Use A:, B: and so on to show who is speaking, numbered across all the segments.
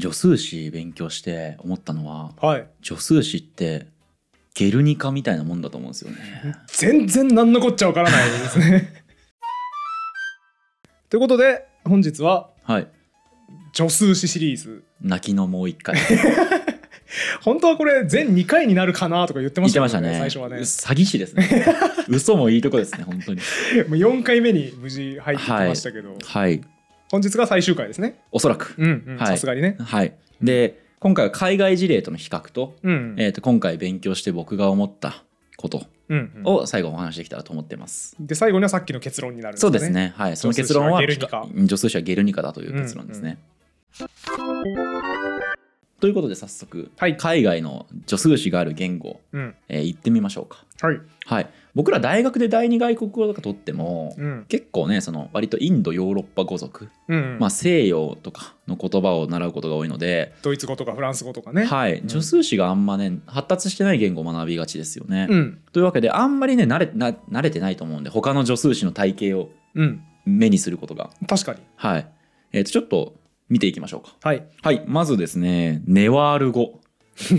A: 助数詞勉強して思ったのは
B: はい
A: 助数詞ってゲルニカみたいなもんだと思うんですよね。
B: 全然何のこっちゃわからないですね ということで本日は
A: はい
B: 助数詞シリーズ
A: 泣きのもう一 回
B: 本当はこれ全2回になるかなとか言って
A: 言
B: ま
A: っ
B: してた
A: ま
B: も
A: した
B: ん
A: ね。
B: 最初はね
A: 詐欺師です ね。嘘もいいとこですね本当に。
B: もう4回目に無事入ってきましたけど、
A: はい
B: 本日が最終回ですね
A: おそらく。
B: うんうん
A: はい
B: さすがにね
A: はい。で今回は海外事例との比較と,、
B: うん
A: えー、と今回勉強して僕が思ったこと
B: うんうん
A: を最後お話しできたらと思ってます。
B: で最後にはさっきの結論になるん
A: そうですね。はい。その結論は
B: 助数詞はゲルニ
A: 女数詞はゲルニカだという結論ですね。ということで早速、
B: はい
A: 海外の助数詞がある言語、
B: うん
A: えー行ってみましょうか。
B: はい
A: はい。僕ら大学で第二外国語とか取っても、
B: うん
A: 結構ねその割とインドヨーロッパ語族、
B: うん
A: まあ、西洋とかの言葉を習うことが多いので、
B: ドイツ語とかフランス語とかね
A: はい、
B: ん
A: 助数詞があんまね発達してない言語を学びがちですよね。
B: うん
A: というわけであんまりね慣れな慣れてないと思うんで他の助数詞の体系を
B: うん
A: 目にすることが
B: 確かに
A: はい。えっ、と、ちょっと見ていきましょうか。
B: はい
A: はい。まずですね、ネワール語。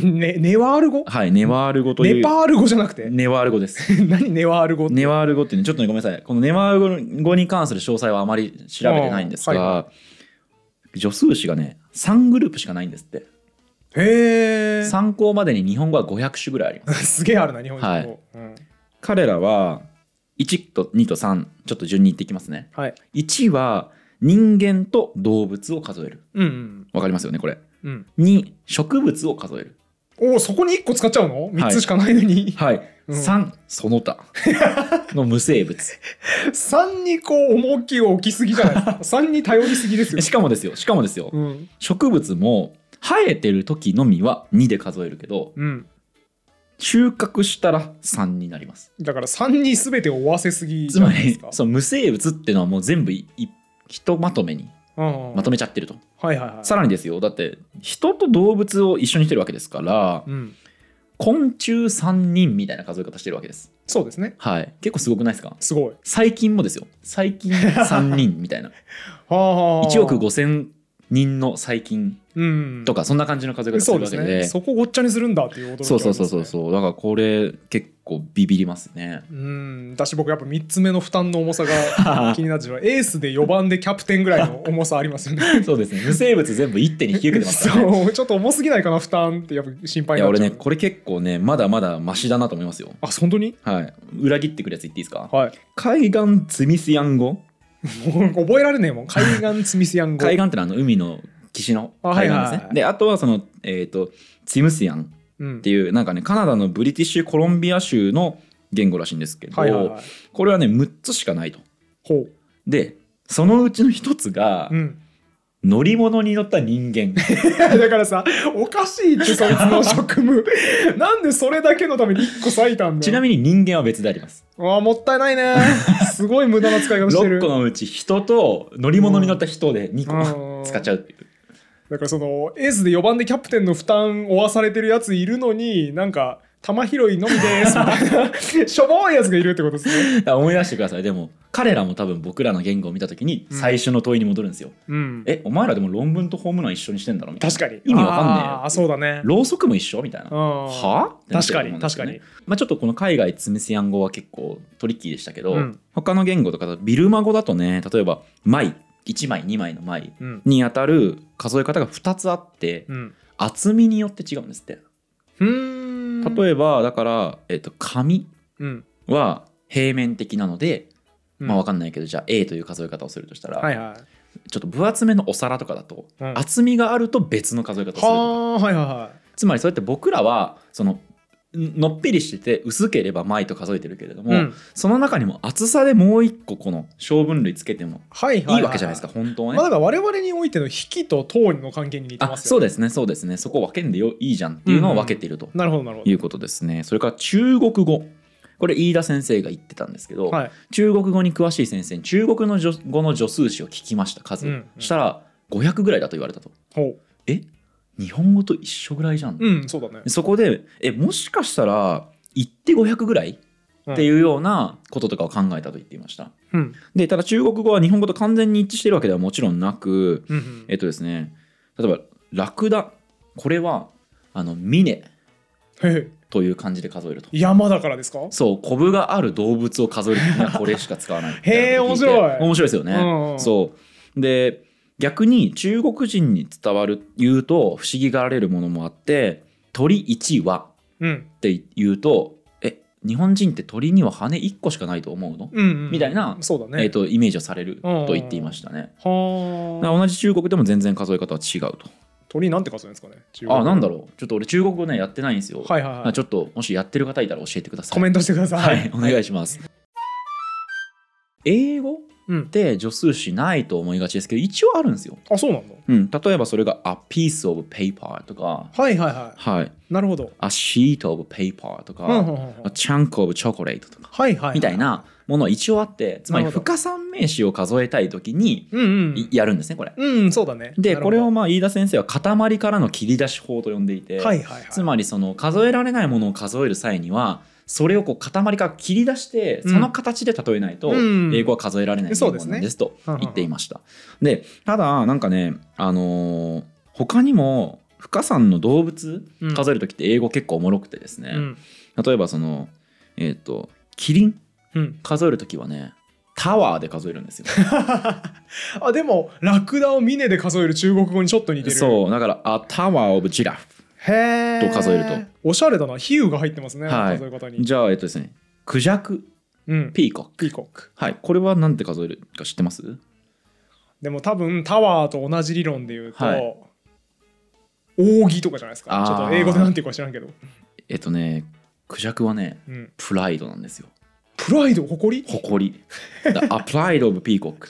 B: ねネワール語
A: はい。ネワール語という。
B: ネパール語じゃなくて
A: ネワール語です。
B: 何ネワール語って
A: ネワール語ってね、ちょっとね、ごめんなさい。このネワール語に関する詳細はあまり調べてないんですが、
B: あーは
A: 助数詞がね、3グループしかないんですって。
B: へえ
A: 参考までに日本語は500種ぐらいあります。
B: すげえあるな日本
A: は
B: 人
A: い
B: 語うん
A: 彼らは、1と2と3、ちょっと順に言っていきますね。
B: はい
A: 1は、人間と動物を数える。
B: うん
A: わかりますよね、これ。
B: うんうん
A: 2、植物を数える。
B: おおそこに1個使っちゃうの ?3 つしかないのに、
A: はい、
B: うん
A: 3その 他の無生物
B: 3にこう重きを置きすぎじゃないですか 3に頼りすぎですよ
A: し、かもですよしかもですよ、
B: うん
A: 植物も生えてる時のみは2で数えるけど
B: うん、
A: 収穫したら3になります
B: だから3に全てを負わせすぎ
A: つ
B: じゃ
A: ま
B: ないです
A: り
B: か
A: その無生物っていうのはもう全部いいひとまとめに
B: うん
A: まとめちゃってると、
B: はいはいはい
A: さらにですよだって人と動物を一緒にしてるわけですから
B: うん、
A: 昆虫3人みたいな数え方してるわけです
B: そうですね
A: はい結構すごくないですか
B: すごい
A: 最近もですよ最近3人みたい な1
B: 1
A: 億5,000人の最近
B: うん
A: とかそんな感じの数え方す
B: そう
A: る
B: で
A: わ
B: す
A: け
B: ね
A: で。
B: そこごっちゃにするんだっていう驚き
A: そうそうそう
B: あり
A: そう
B: ますね
A: そうだからこれ結構ビビりますね。
B: うんだし僕やっぱ3つ目の負担の重さが気になってしまうエースで4番でキャプテンぐらいの重さありますよ ね
A: そうですね無生物全部一手に引き受けてますからね。
B: そうちょっと重すぎないかな負担ってやっぱ心配
A: いや
B: になっ
A: 俺
B: ちゃう
A: ねこれ結構ねまだまだマシだなと思いますよ。
B: あ本当に
A: はい裏切ってくるやつ言っていいですか
B: はい
A: 海岸ツミスヤン語
B: もう覚えられねえもん海岸ツミスヤン語
A: 海岸ってのはあの海の岸の
B: あ
A: 海岸ですね。
B: はいはいはい
A: であとはそのえっ、とツムスヤンっ
B: うん
A: ていうなんかねカナダのブリティッシュコロンビア州の言語らしいんですけど、
B: はいはいはい
A: これはね6つしかないと。
B: ほう
A: でそのうちの一つが、
B: うん、
A: 乗り物に乗った人 間
B: だからさおかしいってそいつ の職務なんでそれだけのために1個割いたんだよ
A: ちなみに人間は別であります
B: あーもったいないねすごい無駄な使い方して
A: 6
B: る
A: 個のうち人と乗り物に乗った人で2
B: う
A: 個
B: ん
A: 使っちゃうっていう
B: だからそのエースで4番でキャプテンの負担を負わされてるやついるのになんか玉拾いのみですみたいなしょぼいやつがいるってことですね
A: だから思い出してくださいでも彼らも多分僕らの言語を見た時に
B: うん
A: 最初の問いに戻るんですよ、
B: うん
A: えお前らでも論文とホームラン一緒にしてんだろみたいな
B: 確かに
A: 意味わかんねえよ
B: あーそうだね
A: ろうそくも一緒みたいな
B: うん
A: はあ
B: 確かに確かに、
A: まあ、ちょっとこの海外ツムスヤン語は結構トリッキーでしたけど、
B: うん
A: 他の言語とかだとビルマ語だとね例えば「枚」1枚2枚の枚
B: うん
A: に当たる数え方が2つあって
B: うん
A: 厚みによって違うんですって
B: うーん
A: 例えばだから、えっと紙
B: うん
A: は平面的なので、
B: うん
A: まあわかんないけどじゃあ A という数え方をするとしたら、
B: はいはい
A: ちょっと分厚めのお皿とかだと、
B: うん
A: 厚みがあると別の数え方をするとか
B: はあはいはいは
A: つまりそうやって僕らはそのんのっぺりしてて薄ければ枚と数えてるけれども、
B: いうん
A: その中にも厚さでもう一個この小分類つけても
B: はいはいはい
A: いわけじゃないですか、本当はね。
B: まあだから我々においての引きと等の関係に似て
A: あ
B: ます
A: そう
B: よ、ね、
A: ですねそうですねそこ分けんでよいいじゃんっていうのを分けていると
B: なるほどなるほ
A: いうことですね。それから中国語これ飯田先生が言ってたんですけど、
B: どはい
A: 中国語に詳しい先生に中国の助語の助数詞を聞きました数、
B: うんうん
A: したら500ぐらいだと言われたと
B: ほ
A: え日本語と一緒ぐらいじゃん、
B: ううんそうだね
A: でそこでえもしかしたら言って500ぐらいっていうようなこととかを考えたと言っていました
B: うん
A: でただ中国語は日本語と完全に一致しているわけではもちろんなく
B: うんうん
A: えっとですね例えばラクダこれはあの峰
B: え
A: という漢字で数えると
B: 山だからですか
A: そうコブがある動物を数える時にはこれしか使わない
B: へー面白い
A: 面白いですよね、
B: うんうん
A: そうで逆に中国人に伝わる言うと不思議がられるものもあって鳥一羽
B: うん
A: って言うとえ日本人って鳥には羽1個しかないと思うの、
B: うんうん
A: みたいな
B: そうだ
A: え
B: ね
A: ー、とイメージをされると言っていましたね、
B: は
A: だか
B: あ
A: ら同じ中国でも全然数え方は違うと
B: 鳥なんて数えるんですかね中国
A: あなんだろうちょっと俺中国語ねやってないんですよ、
B: はいはいは
A: あ
B: い
A: ちょっともしやってる方いたら教えてください
B: コメントしてくださ
A: はいい、お願いします。英語
B: うん
A: って助数詞ないと思いがちですけど、一応あるんですよ。
B: あそうなんだ
A: うん、例えばそれが a piece of paper とか、
B: はいはいは
A: はい、
B: いなるほど
A: a sheet of paper とか、
B: うんうんうんうん
A: a chunk of chocolate とか、
B: はいはい
A: みたいなものは一応あって、つまり
B: なるほ
A: 不
B: ど
A: 可算名詞を数えたいときに
B: うんうん
A: いやるんですね、これ。
B: うんそうだね
A: で、
B: なる
A: こ
B: ほ
A: れ
B: ど
A: をまあ飯田先生は塊からの切り出し法と呼んでいて、
B: はいはいはい
A: つまりその数えられないものを数える際にはそれをこう塊から切り出して
B: うん
A: その形で例えないと
B: うん
A: 英語は数えられない
B: そう
A: 言
B: で
A: 語
B: す
A: な
B: ね
A: んですと言っていました。でただなんかね、あのー他にも深さんの動物
B: うん
A: 数える時って英語結構おもろくてですね、
B: うん
A: 例えばそのえっ、とキリン
B: うん
A: 数える時はねタワーで数えるんですよ。
B: あでもラクダを峰で数える中国語にちょっと似てる
A: そうだから「a tower of giraffe
B: へ
A: と
B: え
A: 数える
B: とおしゃれだな比喩が入ってますね、
A: はい
B: 数え方」に
A: じゃあえっ、とですね「クジャク」
B: うん
A: 「ピーコック」
B: ピーコック
A: はい、これは何て数えるか知ってます
B: でも多分タワーと同じ理論で言うと、
A: はい
B: 扇とかじゃないです
A: あ
B: か
A: ー
B: ちょっと英語でなんていうか知らんけど、
A: えっとねクジャクはね
B: うん、
A: プライドなんですよ
B: プライド誇り
A: 誇りあプライド・オブ・ピーコック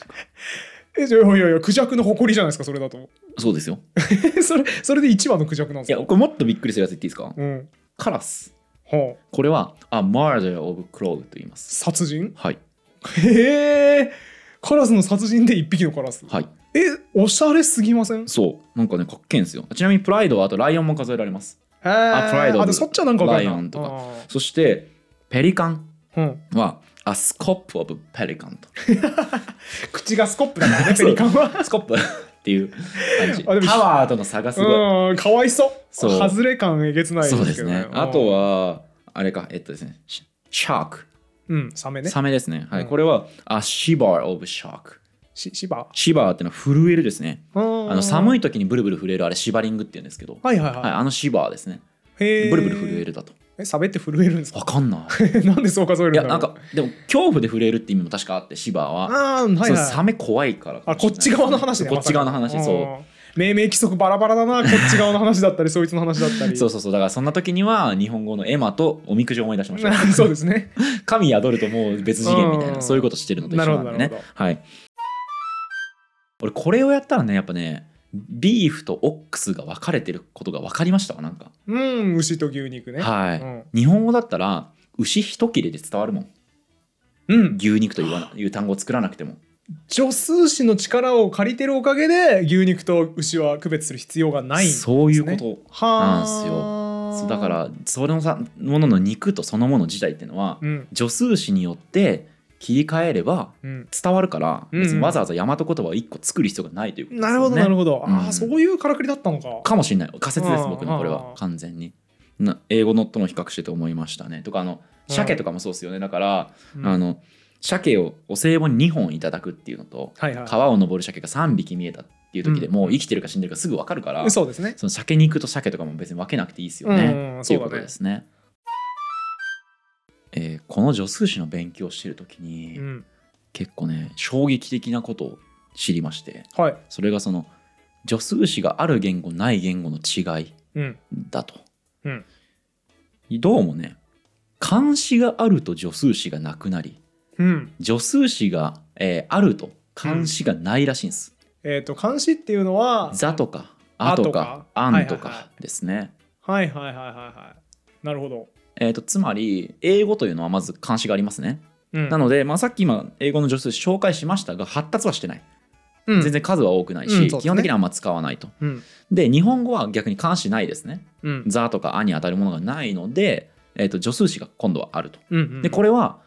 B: えじゃあいやいやいやクジャクの誇りじゃないですかそれだと
A: そうですよ
B: それそれで一番のクジャクなん
A: い
B: です
A: や
B: か
A: これもっとびっくりするやつ言っていいですか
B: うん
A: カラス
B: はあ、
A: これはあマーダー・オブ・クロウと言います
B: 殺人
A: はい
B: へえカラスの殺人で一匹のカラス
A: はい
B: えおしゃれすぎません
A: そうなんかねかっけえんですよちなみにプライドはあとライオンも数えられます
B: あ
A: プライド
B: あでもそっちはなんかわかるな
A: ライオンとか
B: あ
A: そしてペリカン
B: ーうん
A: はあスコップ・オブ・ペリカンと
B: 口がスコップだから ね
A: そう
B: ペリカンは
A: スコップ っていう感じ
B: あでも
A: タワーとの差がすごい
B: うんかわいそう
A: そう
B: 外れ感えげつない
A: そう
B: で
A: です
B: け
A: す
B: どね
A: ね。あと、は、あれか、えっとですね、シシャーク、
B: うん、サメね
A: サメですね。はい、
B: うん
A: これは、あ、シバーオブシャーク。
B: しシバ
A: シバーってのは震えるですね。
B: あ
A: あの寒
B: い
A: い時にブルブル震える、あれシバリングって言うんですけど、はい、
B: はいはいはい、
A: あのシバーですね。
B: へー
A: ブルブル震えるだと。
B: えサメって震えるんですか
A: わかん な
B: なんでそう数えるん
A: い。い
B: だ
A: や、
B: ろう
A: なんか、でも恐怖で震えるって意味も確かあって、シバー
B: あ
A: は。
B: あーはい
A: そう
B: はい
A: サメ怖いから
B: あこっち側の話ね
A: こっち側の話、そう。
B: う命名規則バラバラだなこっち側の話だったりそいつの話だったり
A: そうそうそうだからそんな時には日本語のエマとおみくじを思い出しま しょう
B: そうですね
A: 神宿るともう別次元みたいな、
B: うん
A: そういうことしてるのと一緒なんで
B: なるほどな
A: ね
B: るほど。
A: はい。俺これをやったらねやっぱねビーフとオックスが分かれてることが分かりましたわなんか。
B: うん牛と牛肉ね
A: はい、
B: うん
A: 日本語だったら牛一切れで伝わるもん。
B: うん
A: 牛肉と言わないう単語を作らなくても。
B: 助数詞の力を借りてるおかげで牛肉と牛は区別する必要がないんです、ね、
A: そういうこと。なんすよ
B: はあ
A: そうだか、らそのさものの肉とそのもの自体っていうのは、
B: うん
A: 助数詞によって切り替えれば
B: うん、
A: 伝わるから、
B: うんうん
A: 別にわざわざ大和言葉を一個作る必要がないということですよね。
B: なるほどなるほど、あ
A: う
B: あ
A: ん
B: そういうからくりだったのか
A: かもしれない仮説です
B: うん
A: 僕のこれ
B: う
A: は
B: ん
A: 完全にな英語のとの比較してて思いましたねとかあの
B: うん
A: 鮭とかもそうですよねだから、
B: うん
A: あの鮭をお歳暮に2本いただくっていうのと
B: はいはい
A: 川を登る鮭が3匹見えたっていう時で
B: うん
A: もう生きてるか死んでるかすぐ分かるから、そ
B: そうですね
A: の鮭肉と鮭とかも別に分けなくていいですよ
B: う
A: ね
B: ん
A: っていうことですね。えーこの助数詞の勉強をしてる時に、
B: うん
A: 結構ね衝撃的なことを知りまして
B: はい
A: それがその助数詞がある言語ない言語の違い
B: うん
A: だと、
B: うん
A: どうもね漢詞があると助数詞がなくなり
B: うん
A: 助数詞が、えーあると漢詞がないらしいんです
B: えっ、と漢詩っていうの
A: 「
B: は
A: 座」とか「あ」とか「
B: あ
A: あん」と
B: とかはいはいは
A: かですね、
B: はいはいはいはいはいなるほど、
A: えー、とつまり英語というのはまず漢詞がありますね、
B: うん、
A: なので、まあ、さっき今英語の助数詞紹介しましたが発達はしてない
B: うん
A: 全然数は多くないし、
B: うんそうですね
A: 基本的にはあんま使わないと
B: うん
A: で日本語は逆に漢詞ないですね
B: うん
A: 「座」とか「あ」に当たるものがないので、えー、と助数詞が今度はあると
B: うんうん
A: でこれは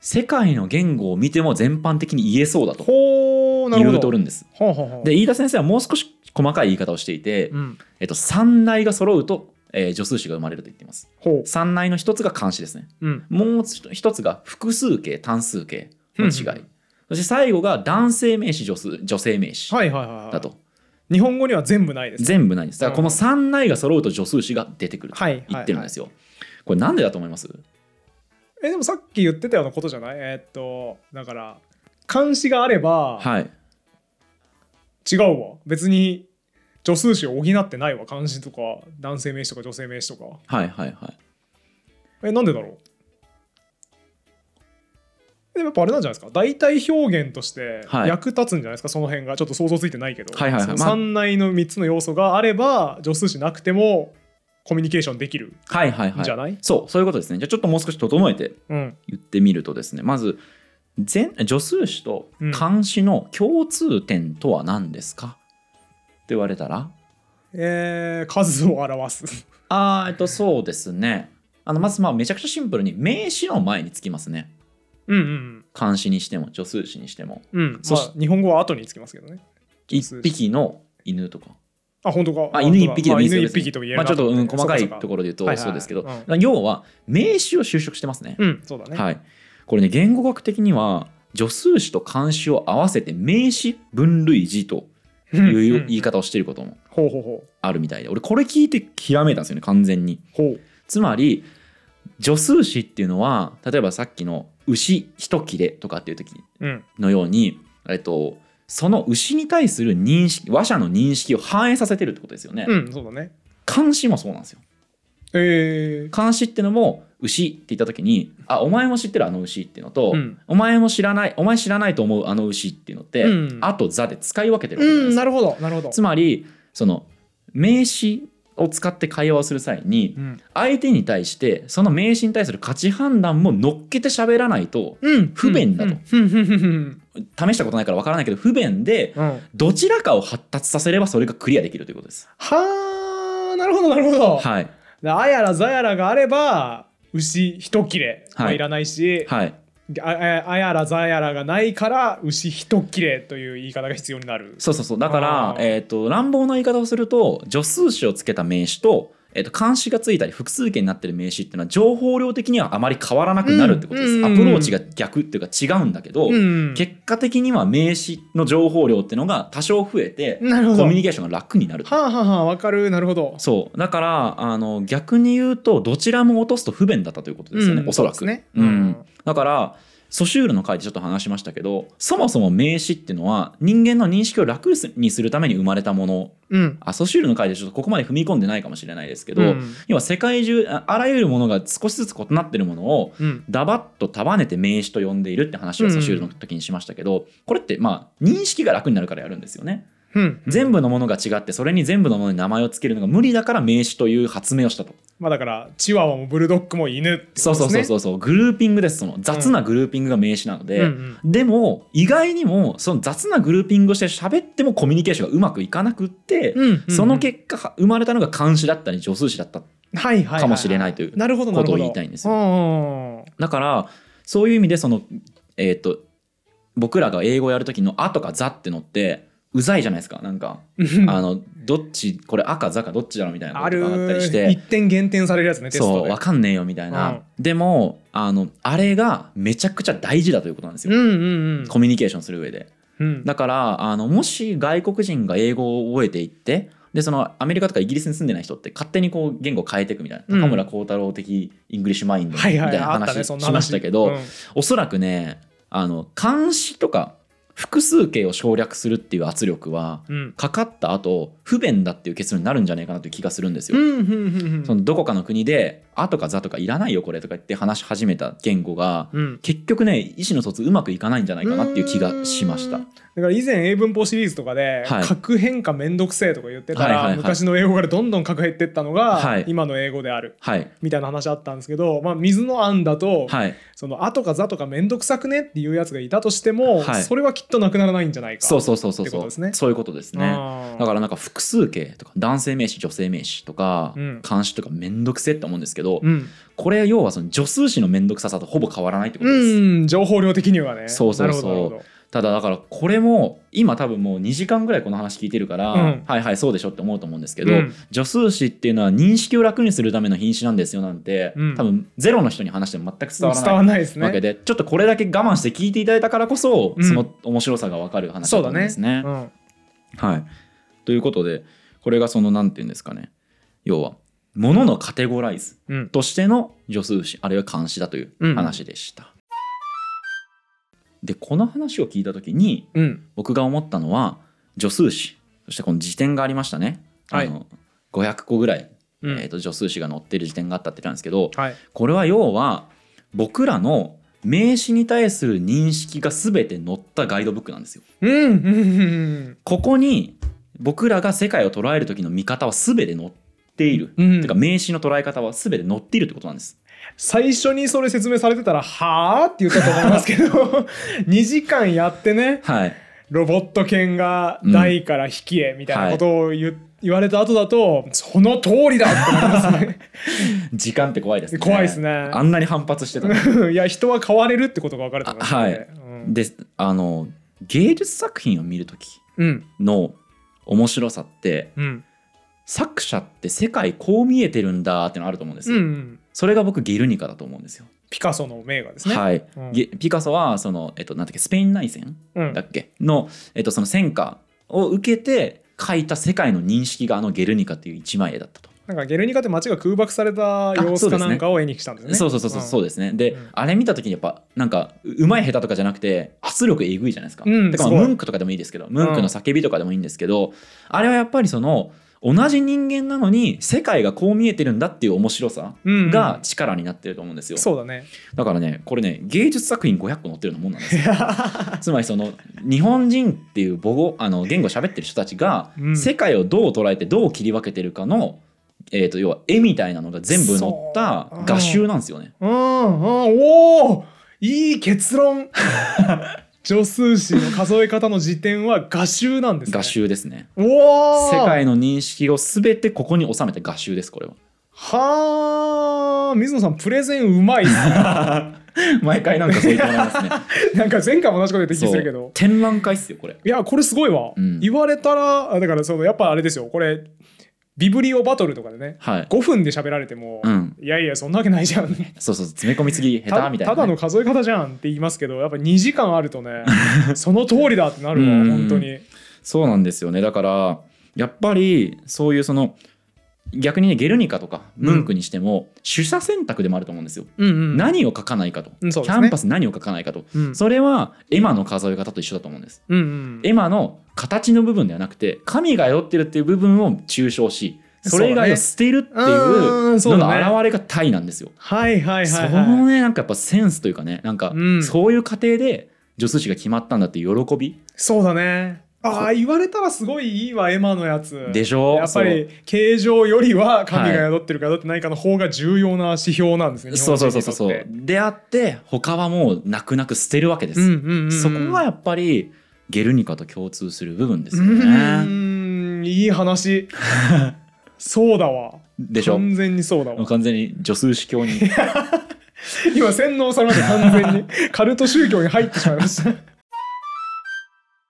A: 世界の言語を見ても全般的に言えそうだと
B: ほうおなる
A: 言
B: ほ
A: うと
B: ど。
A: るんです。
B: ほうほうほう
A: で飯田先生はもう少し細かい言い方をしていて、
B: うん、
A: えっと、三内が揃うと、えー助数詞が生まれると言っています。
B: ほ
A: 三内の一つが漢詞ですね。
B: う、うん、
A: もう一つが複数形単数形の違い、
B: うん
A: そして最後が男性名詞女数女性名詞
B: はいはいはいはい。
A: だと
B: 日本語には全部ないです。
A: 全部ないんですだからこ
B: う
A: の
B: ん
A: 三内が揃うと女数詞が出てくると
B: はいはい、
A: 言ってるん
B: は
A: で
B: い。
A: すよ、これなんでだと思います
B: えでもさっき言ってたようなことじゃないえーっとだから監視があれば、
A: はい
B: 違うわ別に助数詞を補ってないわ監視とか男性名詞とか女性名詞とか
A: はいはいはい
B: えなんでだろうでもやっぱあれなんじゃないですか代替表現として
A: はい
B: 役立つんじゃないですか、その辺がちょっと想像ついてないけど、
A: はいはいはい
B: その
A: まあ
B: 三内の3つの要素があれば助数詞なくてもコミュニケーションできる
A: はいはい
B: んじゃ
A: はい
B: ない、
A: そうそういうことですねじゃあちょっともう少し整えて
B: うん
A: 言ってみるとですねまず前助数詞と漢詞の共通点とは何ですか、って言われたら
B: えー数を表す
A: あーえっとそうですねあのまずまあめちゃくちゃシンプルに名詞の前につきますね
B: うんうん
A: 漢詞にしても助数詞にしても
B: うん、うん
A: そ
B: まあ
A: し、
B: 日本語は後につきますけどね助数詞
A: 一匹の犬とか
B: あ本当か
A: あ犬一匹でもいいですよ
B: まあ、犬
A: 別に
B: 一匹と言える
A: まあ
B: な
A: ちょっと、うん、
B: 思
A: 細かい
B: そっ
A: と
B: そっ
A: ころで言う
B: はい
A: と
B: はい
A: そうですけど、
B: うん
A: だから要は名詞を修飾してますね、
B: うんそうだね、
A: はいこれね言語学的には助数詞と漢詞を合わせて名詞分類詞と
B: い
A: いう言い方をしていることも
B: ほうほうほう
A: あるみたいで俺これ聞いてひらめいたんですよね完全に
B: ほう
A: つまり助数詞っていうのは例えばさっきの牛一切れとかっていう時
B: うん
A: のように、えっと、その牛に対する認識話者の認識を反映させてるってことですよね、
B: うんそうだね
A: 監視もそうなんですよ
B: えー
A: 監視ってのも牛って言った時にあお前も知ってるあの牛っていうのと、
B: うん
A: お前も知らないお前知らないと思うあの牛っていうのって、
B: うん
A: あと「ザ」で使い分けてるわけじゃない
B: う
A: で
B: ん
A: すか
B: なるほどなるほど
A: つまりその名詞を使って会話をする際に
B: うん
A: 相手に対してその名詞に対する価値判断も乗っけて喋らないと
B: うん
A: 不便だと
B: うんうんうん
A: 試したことないからわからないけど不便で
B: うん
A: どちらかを発達させればそれがクリアできるということです。
B: はあなるほどなるほど
A: はい、
B: であやらざやらがあれば牛一切れ
A: は
B: はいいらないし、
A: はい、
B: あああやらざやらがないから牛一切れという言い方が必要になる
A: そうそうそうだから
B: あ、ー
A: えー、と乱暴な言い方をすると助数詞をつけた名詞と,、えー、と漢詞がついたり複数形になってる名詞っていうのは情報量的にはあまり変わらなくなるってことです。
B: うん
A: アプローチが逆っていうか違うんだけど、
B: うん
A: 結果的には名詞の情報量っていうのが多少増えて
B: なるほ
A: コ
B: ど
A: ミュニケーションが楽になる
B: はあはあはあわかるなるほど
A: そうだからあの逆に言うとどちらも落とすと不便だったということですよね、
B: うん
A: おそらく
B: そうですね
A: う
B: うんん、
A: だからソシュールの回でちょっと話しましたけどそもそも名詞っていうのは人間の認識を楽にするために生まれたもの
B: うん
A: あソシュールの回でちょっとここまで踏み込んでないかもしれないですけど、
B: うん
A: 要は世界中ああらゆるものが少しずつ異なってるものを
B: うん
A: ダバッと束ねて名詞と呼んでいるって話をソシュールの時にしましたけど、これってまあ認識が楽になるからやるんですよね。
B: うん
A: 全部のものが違ってそれに全部のものに名前を付けるのが無理だから名詞という発明をしたと、
B: まあだからチワワもブルドッグも犬ってことです
A: そう
B: ね。
A: そうそうそうそうグルーピングですその雑なグルーピングが名詞なので、
B: うん
A: でも意外にもその雑なグルーピングをして喋ってもコミュニケーションがうまくいかなくって、
B: うん、うんうんうん
A: その結果生まれたのが漢詞だったり助数詞だった
B: はいはいはは
A: かもしれないという
B: なるほどなるほど
A: ことを言いたいんですよ
B: よ。
A: だからそういう意味でそのえっ、と僕らが英語やる時の「あ」とか「ざ」ってのってうざいじゃないですかなんか、
B: うん
A: あのどっちこれ「あ」か「ざ」かどっちだろうみたいな
B: あ
A: こと
B: る
A: があったりして
B: 一点減点されるやつねテス
A: そ
B: ト
A: う
B: で
A: わ。かんねえよみたいな、でもあのあれがめちゃくちゃ大事だということなんです
B: うん
A: よ、
B: うん
A: コミュニケーションする上で
B: うんうん。
A: だからあのもし外国人が英語を覚えていってでそのアメリカとかイギリスに住んでない人って勝手にこう言語を変えていくみたいな、
B: うん
A: 高村光太郎的イングリッシュマインドみた
B: はいいはい
A: な
B: あった
A: 話、
B: ねそんな
A: しま
B: 話
A: したけど、
B: うん
A: おそらくねあの漢詞とか複数形を省略するっていう圧力は
B: うん
A: かかった後不便だっていう結論になるんじゃないかなという気がするんですよ。
B: うんうんうんうん
A: そのどこかの国で「あ」とか「ざ」とかいらないよこれとか言って話し始めた言語が
B: うん
A: 結局ね意思の疎通うまくいかないんじゃないかなっていう気がしました
B: うーんだから以前英文法シリーズとかで
A: はい
B: 核変化めんどくせえとか言ってた
A: はいはいは
B: ら
A: い
B: 昔の英語からどんどん核減ってったの
A: は
B: が
A: い
B: 今の英語である
A: はい
B: みたいな話あったんですけどまあ水の案だと
A: はい
B: その「あ」とか「ざ」とかめんどくさくねっていうやつがいたとしても、
A: はい
B: それはきっとなくならないんじゃないか
A: そうそうそうそ
B: っ
A: う
B: てこ
A: そ
B: と
A: う
B: ですね
A: そういうことですね
B: あー
A: だからなんか複数形とか男性名詞女性名詞とか
B: うん
A: 漢詞とかめんどくせえって思うんですけど
B: うん、
A: これ要はその助数詞のめんどくささとほぼ変わらないってこと
B: う
A: です
B: ん、情報量的にはね
A: そうそうそう
B: なるほどなるほど
A: ただだからこれも今多分もう2時間ぐらいこの話聞いてるから、
B: うん
A: はいはいそうでしょって思うと思うんですけど、
B: うん
A: 助数詞っていうのは認識を楽にするための品詞なんですよなんて、
B: うん
A: 多分ゼロの人に話しても全く伝わら
B: 伝わ
A: ない
B: らないですね
A: わけで、ちょっとこれだけ我慢して聞いていただいたからこそ、
B: うん
A: その面白さが分かる話だ
B: そ
A: と
B: う
A: 思う
B: だ
A: ん
B: ね
A: ですね。
B: うん
A: はい、ということでこれがその何て言うんですかね要はもののカテゴライズ
B: うん
A: としての助数詞あるいは監視だという話でした。でこの話を聞いた時に
B: うん
A: 僕が思ったのは助数詞そしてこの辞典がありましたね、
B: はい
A: あの500個ぐらい、
B: うん
A: えー、と助数詞が載ってる辞典があったって言ったんですけど
B: はい
A: これは要は僕らの名詞に対する認識が全て載ったガイドブックなんですよ。
B: うんうんうん
A: ここに僕らが世界を捉える時の見方は全て載っている。
B: うん
A: てか名詞の捉え方は全て載っているってことなんです。
B: 最初にそれ説明されてたら「はあ?」って言ったと思いますけ ど2時間やってね
A: はい。
B: ロボット犬が台から引きへみたいなことを言,、言われた後だとその通りだってな りま
A: 時間って怖いですね。
B: 怖いですね
A: あんなに反発してたのに
B: すねいや人は変われるってことが分かると思いますね
A: あはい
B: うん
A: であの芸術作品を見る時
B: うん
A: の面白さって
B: うん
A: 作者って世界こう見えてるんだってのあると思うんです
B: うん
A: よ、
B: うん
A: それが僕ゲルニカだと思うんですよ、
B: ピカソの名画ですね、
A: はい、
B: うん
A: ゲピカソはその、えっと、なんだっけスペイン内戦
B: うん
A: だっけの,、えっと、その戦果を受けて描いた世界の認識があのゲルニカっていう一枚絵だったと、
B: なんかゲルニカって街が空爆された様子かなんかを絵にしたんですね
A: そうそうそうそうそううですねで、
B: うん
A: あれ見た時にやっぱなんかううまい下手とかじゃなくて圧力えぐいじゃないですか、
B: うん
A: だから
B: すご
A: ム
B: い
A: ンクとかでもいいですけどムンクの叫びとかでもいいんですけど、あれはやっぱりその同じ人間なのに世界がこう見えてるんだっていう面白さ
B: ん、うん
A: が力になってると思うんですよ、
B: そうだね
A: だからねこれね芸術作品500個載ってるのもんなんですよつまりその日本人っていう母語あの言語喋ってる人たちが、
B: うん
A: 世界をどう捉えてどう切り分けてるかの、えー、と要は絵みたいなのが全部載った
B: そう
A: 画集なんですよね。
B: うんうんおおいい 結論助数詞の数え方の時点は画集なんですね
A: 画集ですね。
B: おお
A: 世界の認識を全てここに収めて画集ですこれは。
B: はあ水野さんプレゼンうまいっすね
A: 毎回なんか そう言ってもらいます ね。
B: なんか前回も同じこと言って気
A: そ
B: するけ
A: う
B: ど
A: 展覧会っすよこれ。
B: いやこれすごいわ、
A: うん
B: 言われたらあだからそのやっぱあれですよこれビブリオバトルとかでね
A: はい。
B: 5分で喋られても、
A: うん
B: いやいやそんなわけないじゃん
A: そうそう詰め込みすぎ下手
B: た
A: みたいなね、
B: ただの数え方じゃんって言いますけどやっぱ2時間あると ねその通りだってなるわ
A: うん
B: 本当に
A: そうなんですよねだからやっぱりそういうその逆にね「ゲルニカ」とか「ムンク」にしても、取捨選択でもあると思うんですよ。
B: うんうん
A: 何を書かないかと、
B: うんそう
A: キ
B: ですね
A: ャンパス何を書かないかと、
B: うん
A: それはエマの数え方と一緒だと思うんです。
B: うんうん
A: エマの形の部分ではなくて神が宿ってるっていう部分を抽象しそれ以外を捨てるっていう
B: う
A: の
B: んそうだね
A: の表れが体なんですよ。
B: はいはい
A: そ
B: はい
A: の
B: はい
A: ねなんかやっぱセンスというかねなんか
B: うん
A: そういう過程で助数詞が決まったんだっていう喜び
B: そうだねああ言われたらすごいいいわエマのやつ
A: でしょ
B: やっぱり形状よりは神が宿ってるか宿ってないかの方が重要な指標なんですね
A: そうそうそうそうそ
B: 日本
A: う
B: 人にとって
A: であって他はもう泣く泣く捨てるわけです、
B: うんうんうん
A: そこがやっぱりゲルニカと共通する部分です
B: う
A: よね
B: んいい 話そうだわ
A: でしょ
B: 完全にそうだわ
A: 完全に助数詞教 に
B: 今洗脳されました完全 にカルト宗教に入ってしまいました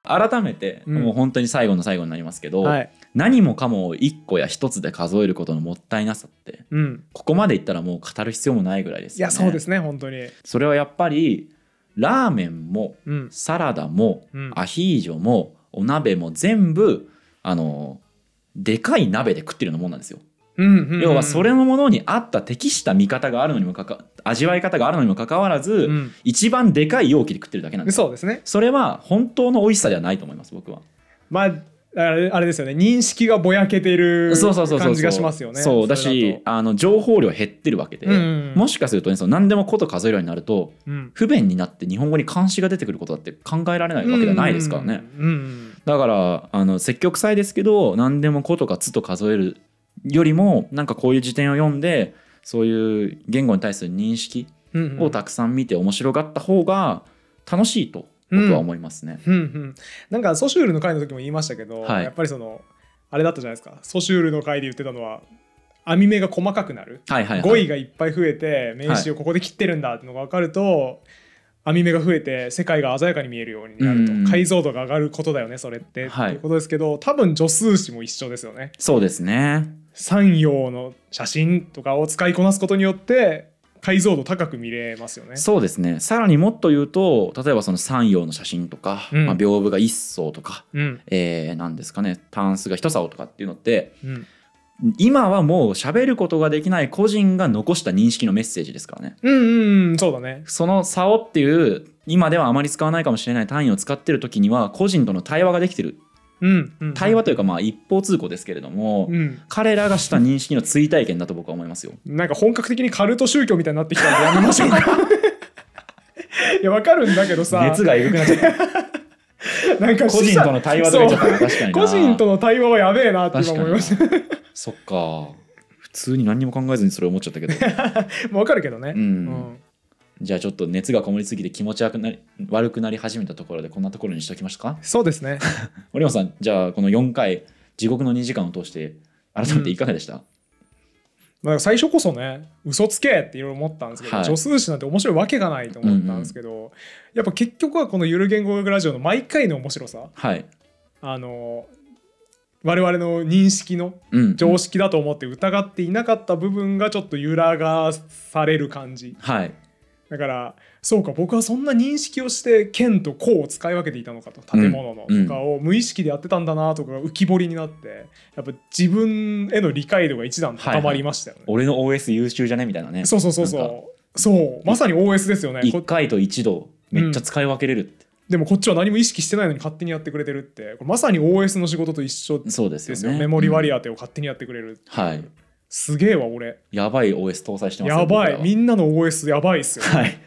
A: 改めて、
B: うん
A: もう本当に最後の最後になりますけど、
B: はい。
A: 何もかも1個や1つで数えることのもったいなさって
B: うん。
A: ここまでいったらもう語る必要もないぐらいです
B: い
A: よ、ね、
B: や、そうですね、本当に。
A: それはやっぱりラーメンも
B: うん。
A: サラダも
B: うん
A: アヒージョもお鍋も全部あのでかい鍋で食ってるようなもんなんですよ、
B: うんうんうん
A: 要はそれのものに合った適した見方があるのにもかか味わい方があるのにもかかわらず、
B: うん
A: 一番でかい容器で食ってるだけなんですよ
B: そうですね。
A: それは本当の美味しさではないと思います僕は
B: まあ、あれあれですよね、認識がぼやけてる
A: そうそうそうそう
B: 感じがしますよね。
A: そうだ
B: れと
A: し、あの情報量減ってるわけで、
B: うんうんうん
A: もしかするとねその何でもこと数えるようになると
B: うん。
A: 不便になって日本語に漢詩が出てくることだって考えられないわけじゃないですからね、
B: うんうんうん。
A: だからあの積極臭いですけど何でも「子」とか「つ」と数えるよりもなんかこういう辞典を読んでそういう言語に対する認識
B: うんうん
A: をたくさん見て面白がった方が楽しいと僕は思いますね。
B: うんうん、なんかソシュールの会の時も言いましたけど、
A: はい
B: やっぱりそのあれだったじゃないですかソシュールの会で言ってたのは網目が細かくなる
A: はいはいはい、
B: 語彙がいっぱい増えて名詞をここで切ってるんだってのが分かると、網目が増えて世界が鮮やかに見えるようになると、
A: うん
B: 解像度が上がることだよねそれって、
A: はい
B: っていうことですけど多分助数詞も一緒ですよね。
A: そうですね
B: 山陽の写真とかを使いこなすことによって解像度高く見れますよね。
A: そうですねさらにもっと言うと例えばその山陽の写真とか、
B: うん
A: まあ、屏風が一層とか、
B: うん
A: えー、なんですかねタンスが一竿とかっていうのって
B: うん
A: 今はもう喋ることができない個人が残した認識のメッセージですからね
B: うんうんうんそうだね。
A: その竿っていう今ではあまり使わないかもしれない単位を使ってる時には個人との対話ができてる
B: うんうん、
A: 対話というかまあ一方通行ですけれども、
B: うん、
A: 彼らがした認識の追体験だと僕は思いますよ。
B: なんか本格的にカルト宗教みたいになってきたんでやめましょうか。 いやわかるんだけどさ
A: 熱がえぐくなっちゃった。
B: なんか
A: 個
B: 死
A: 人
B: 者
A: との対話とかちょっと確かにな。
B: 個人との対話はやべえなって
A: 確
B: 今
A: か
B: 思
A: に
B: いま
A: な
B: した。
A: そっか。普通に何にも考えずにそれ思っちゃったけど。
B: わかるけどね。
A: う。
B: うん
A: じゃあちょっと熱がこもりすぎて気持ち悪くなり悪くなり始めたところでこんなところにしておきましたか。
B: そうですね。
A: 森本さん、じゃあこの4回地獄の2時間を通して改めていかがでした、
B: まあ、最初こそね嘘つけっていろいろ思ったんですけど、
A: はい
B: 助数詞なんて面白いわけがないと思ったんですけど、やっぱ結局はこの「ゆる言語学ラジオ」の毎回の面白さ
A: はい。
B: あの我々の認識の
A: うん。
B: 常識だと思って疑っていなかった部分がちょっと揺らがされる感じ
A: はい。
B: だからそうか僕はそんな認識をして剣と甲を使い分けていたのかと建物の
A: うん
B: とかを無意識でやってたんだなとかが浮き彫りになってやっぱ自分への理解度が一段高まりましたよね。
A: 俺の OS 優秀じゃねみたいなね。
B: そうそうそう
A: なんか
B: そうそうまさに OS ですよね
A: 1
B: こ
A: 回と1度めっちゃ使い分けれるって。
B: でもこっちは何も意識してないのに勝手にやってくれてるってこれまさに OS の仕事と一緒で
A: そうですよ
B: すよ
A: ね。
B: メモリ割
A: う
B: り
A: ん
B: 当てを勝手にやってくれる、
A: はい。
B: すげえわ俺
A: やばい OS 搭載してますよ
B: やば
A: 僕ら
B: い
A: は
B: みんなの OS やばいっすよ、
A: はい。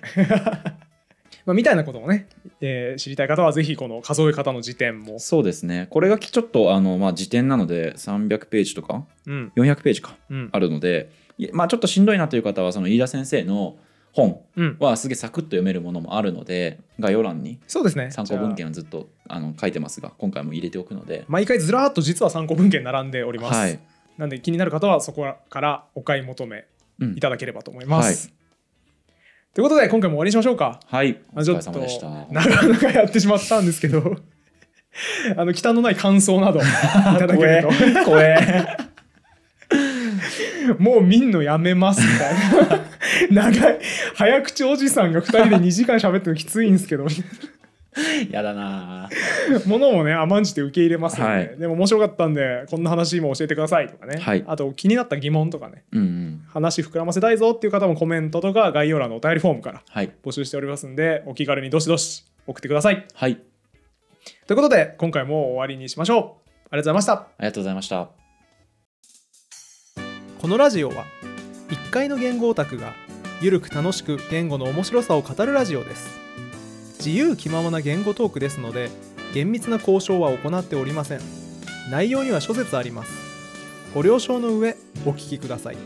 B: まあ、みたいなこともね、えー知りたい方はぜひこの数え方の辞典も、
A: そうですね。これがちょっとあの、まあ、辞典なので300ページとか
B: うん
A: 400ページか
B: うん
A: あるので、いまあ、ちょっとしんどいなという方はその飯田先生の本
B: うん、
A: はすげえサクッと読めるものもあるので概要欄に
B: そうですね
A: 参考文献をずっとあの書いてますが今回も入れておくので、
B: 毎回ずらーっと実は参考文献並んでおります、
A: はい
B: なんで気になる方はそこからお買い求め
A: うん
B: いただければと思います、ということで今回も終わりにしましょうか
A: はい、お
B: あち
A: 疲
B: ょ
A: れ
B: っと
A: 様でした。
B: 長々やってしまったんですけど あの忌憚のない感想 などいただけると
A: 怖え
B: もう見んのやめますみたいな 長い早口おじさんが2人で2時間喋ってるのきついんですけど
A: やだな
B: ものもね甘んじて受け入れますので、
A: はい
B: でも面白かったんでこんな話も教えてくださいとかね、
A: はい
B: あと気になった疑問とかね
A: うんうん
B: 話膨らませたいぞっていう方もコメントとか概要欄のお便りフォームから
A: はい
B: 募集しておりますんでお気軽にどしどし送ってください
A: はい
B: ということで今回も終わりにしましょうありがとうございました
A: ありがとうございました。
B: このラジオは1階の言語オタクがゆるく楽しく言語の面白さを語るラジオです自由気ままな言語トークですので厳密な交渉は行っておりません内容には諸説ありますご了承の上お聞きください